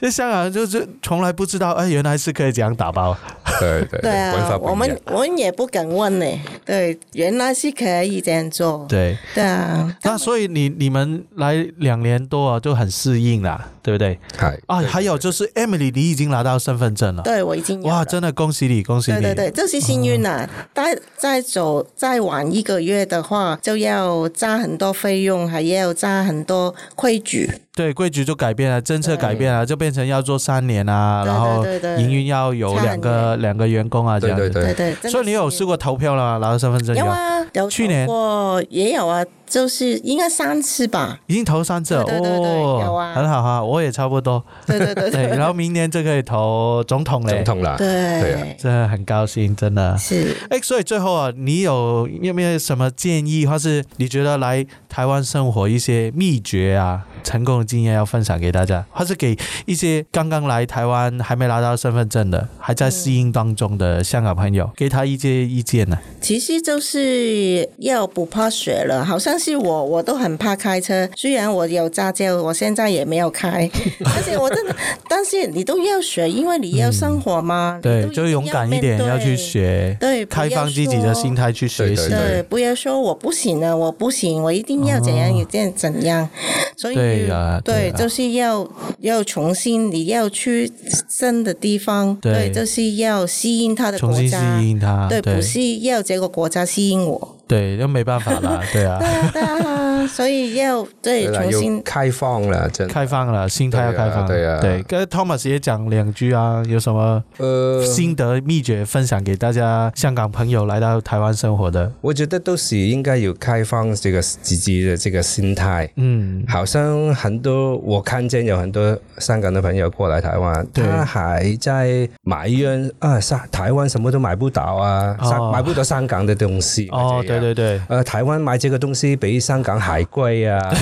[SPEAKER 1] 就香港人就是从来不知道，哎，原来是可以这样打包。
[SPEAKER 2] 對對
[SPEAKER 3] 对
[SPEAKER 2] 文
[SPEAKER 3] 啊
[SPEAKER 2] 化，不一
[SPEAKER 3] 我
[SPEAKER 2] 樣
[SPEAKER 3] 们我们也不敢问呢。对，原来是可以这样做。
[SPEAKER 1] 对。
[SPEAKER 3] 对啊，
[SPEAKER 1] 那所以你你们来两年多啊，就很适应啦，对不对？
[SPEAKER 2] 係
[SPEAKER 1] 啊，还有就是 Emily，你已经拿到身份证了，
[SPEAKER 3] 对我已经有
[SPEAKER 1] 哇，
[SPEAKER 3] 了
[SPEAKER 1] 真的恭喜你，恭喜
[SPEAKER 3] 对
[SPEAKER 1] 你！
[SPEAKER 3] 对对，这是幸运啊
[SPEAKER 1] 哦
[SPEAKER 3] 啦。再再走再晚一个月的话，就要加很多费用，还要加很多规矩。
[SPEAKER 1] 对规矩就改变了，政策改变了，就变成要做三年啊，
[SPEAKER 3] 对对
[SPEAKER 1] 然后
[SPEAKER 3] 对对
[SPEAKER 1] 营运要有两
[SPEAKER 3] 差
[SPEAKER 1] 个两个员工啊，这
[SPEAKER 2] 對
[SPEAKER 1] 样子
[SPEAKER 2] 對對
[SPEAKER 3] 对。对，真的
[SPEAKER 1] 所以你有
[SPEAKER 3] 是
[SPEAKER 1] 试过投票了吗？拿到身份证以
[SPEAKER 3] 有
[SPEAKER 1] 后，
[SPEAKER 3] 啊，有
[SPEAKER 1] 去年
[SPEAKER 3] 我也有啊，就是应该三次吧。
[SPEAKER 1] 已经投三次了，
[SPEAKER 3] 对对对对有
[SPEAKER 1] 哦，
[SPEAKER 3] 啊
[SPEAKER 1] 很好哈，我也差不多。
[SPEAKER 3] 对对对
[SPEAKER 1] 对，然后明年就可以投总统嘞
[SPEAKER 2] 總，統啦，對啊
[SPEAKER 3] 对，
[SPEAKER 1] 真的很高兴，真的。
[SPEAKER 3] 是。
[SPEAKER 1] 哎，所以最后啊，你有有没有什么建议，或是你觉得来台湾生活一些秘诀啊、成功的经验要分享给大家，或是给一些刚刚来台湾还没拿到身份证的、还在适应当中的香港朋友，给他一些意见呢、啊
[SPEAKER 3] 其实就是要不怕雪了，好像是我，我都很怕开车。虽然我有驾照，我现在也没有 开，但是我真的，但是你都要学，因为你要生活嘛。
[SPEAKER 1] 嗯
[SPEAKER 3] 你
[SPEAKER 1] 对，
[SPEAKER 3] 都
[SPEAKER 1] 就勇敢一点，
[SPEAKER 3] 面对
[SPEAKER 1] 要去。学，
[SPEAKER 3] 对，不要
[SPEAKER 1] 开放自己的心
[SPEAKER 3] 说。
[SPEAKER 1] 态去学习。
[SPEAKER 2] 对
[SPEAKER 3] 对，不要说我不行了，我不行，我一定要怎样，一定要怎样。所以，
[SPEAKER 1] 哦对呀对
[SPEAKER 3] 对
[SPEAKER 1] 呀
[SPEAKER 3] 就是要要重新，你要去新的地方，
[SPEAKER 1] 对
[SPEAKER 3] 就是要吸引他的
[SPEAKER 1] 重
[SPEAKER 3] 国
[SPEAKER 1] 新适
[SPEAKER 3] 家，
[SPEAKER 1] 应他，
[SPEAKER 3] 对，
[SPEAKER 1] 啊对
[SPEAKER 3] 不是要这个国家吸引我。
[SPEAKER 1] 对，就没办法 啦，对啊，
[SPEAKER 3] 对啊，所以要对
[SPEAKER 2] 對啦，
[SPEAKER 3] 重
[SPEAKER 2] 要
[SPEAKER 3] 新
[SPEAKER 2] 開放啦，真係。
[SPEAKER 1] 开放了，心态要开放，
[SPEAKER 2] 对啊对
[SPEAKER 1] 对，
[SPEAKER 2] 啊
[SPEAKER 1] 跟 Thomas 也讲两句啊，有什么
[SPEAKER 2] 呃，
[SPEAKER 1] 心得秘诀分享给大家香港朋友来到台湾生活的。
[SPEAKER 2] 我觉得都是应该有开放这个自己的这个心态。
[SPEAKER 1] 嗯，
[SPEAKER 2] 好像很多我看见有很多香港的朋友过来台湾，
[SPEAKER 1] 对
[SPEAKER 2] 他还在埋怨啊，香台湾什么都买不到啊，
[SPEAKER 1] 哦
[SPEAKER 2] 香买不到香港的东西。
[SPEAKER 1] 哦，对
[SPEAKER 2] 这样
[SPEAKER 1] 对对，
[SPEAKER 2] 呃，台灣買這個東西比香港還 貴啊，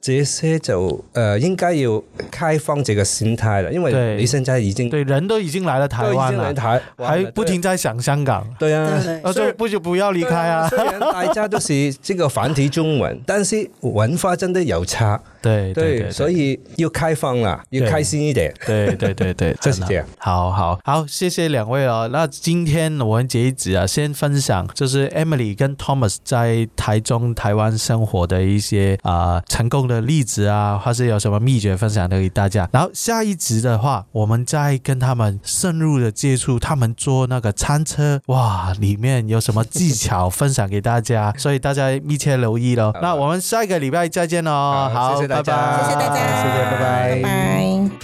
[SPEAKER 2] 這些就呃應該要開放這個心態了，因
[SPEAKER 1] 對
[SPEAKER 2] 為你現在已經
[SPEAKER 1] 对，人都已经来了台湾
[SPEAKER 2] 嗯都已經來
[SPEAKER 1] 了，
[SPEAKER 2] 台灣
[SPEAKER 1] 还
[SPEAKER 2] 了
[SPEAKER 1] 不停在想香港，
[SPEAKER 2] 對啊，
[SPEAKER 3] 對
[SPEAKER 1] 那呃哦就不就不要离
[SPEAKER 2] 對
[SPEAKER 1] 开啊。
[SPEAKER 2] 雖然大家都是這個繁體中文，但是文化真的有差，
[SPEAKER 1] 对
[SPEAKER 2] 對，
[SPEAKER 1] 对，
[SPEAKER 2] 啊所以要開放啦，要
[SPEAKER 1] 對
[SPEAKER 2] 開心一點，
[SPEAKER 1] 对对对 对，
[SPEAKER 2] 就是這樣。
[SPEAKER 1] 好好好，谢谢两位哦。那今天我们这一集啊，先分享就是 Emily 跟 Thomas 在台中、台湾生活的一些啊、呃成功的例子啊，或是有什么秘诀分享的给大家。然后下一集的话，我们再跟他们深入的接触，他们做那个餐车，哇，里面有什么技巧分享给大家，所以大家密切留意喽。那我们下一个礼拜再见喽。
[SPEAKER 2] 好谢谢大家
[SPEAKER 1] 哦拜拜，
[SPEAKER 3] 谢谢大
[SPEAKER 1] 谢
[SPEAKER 3] 家
[SPEAKER 1] 谢，拜拜
[SPEAKER 3] 拜。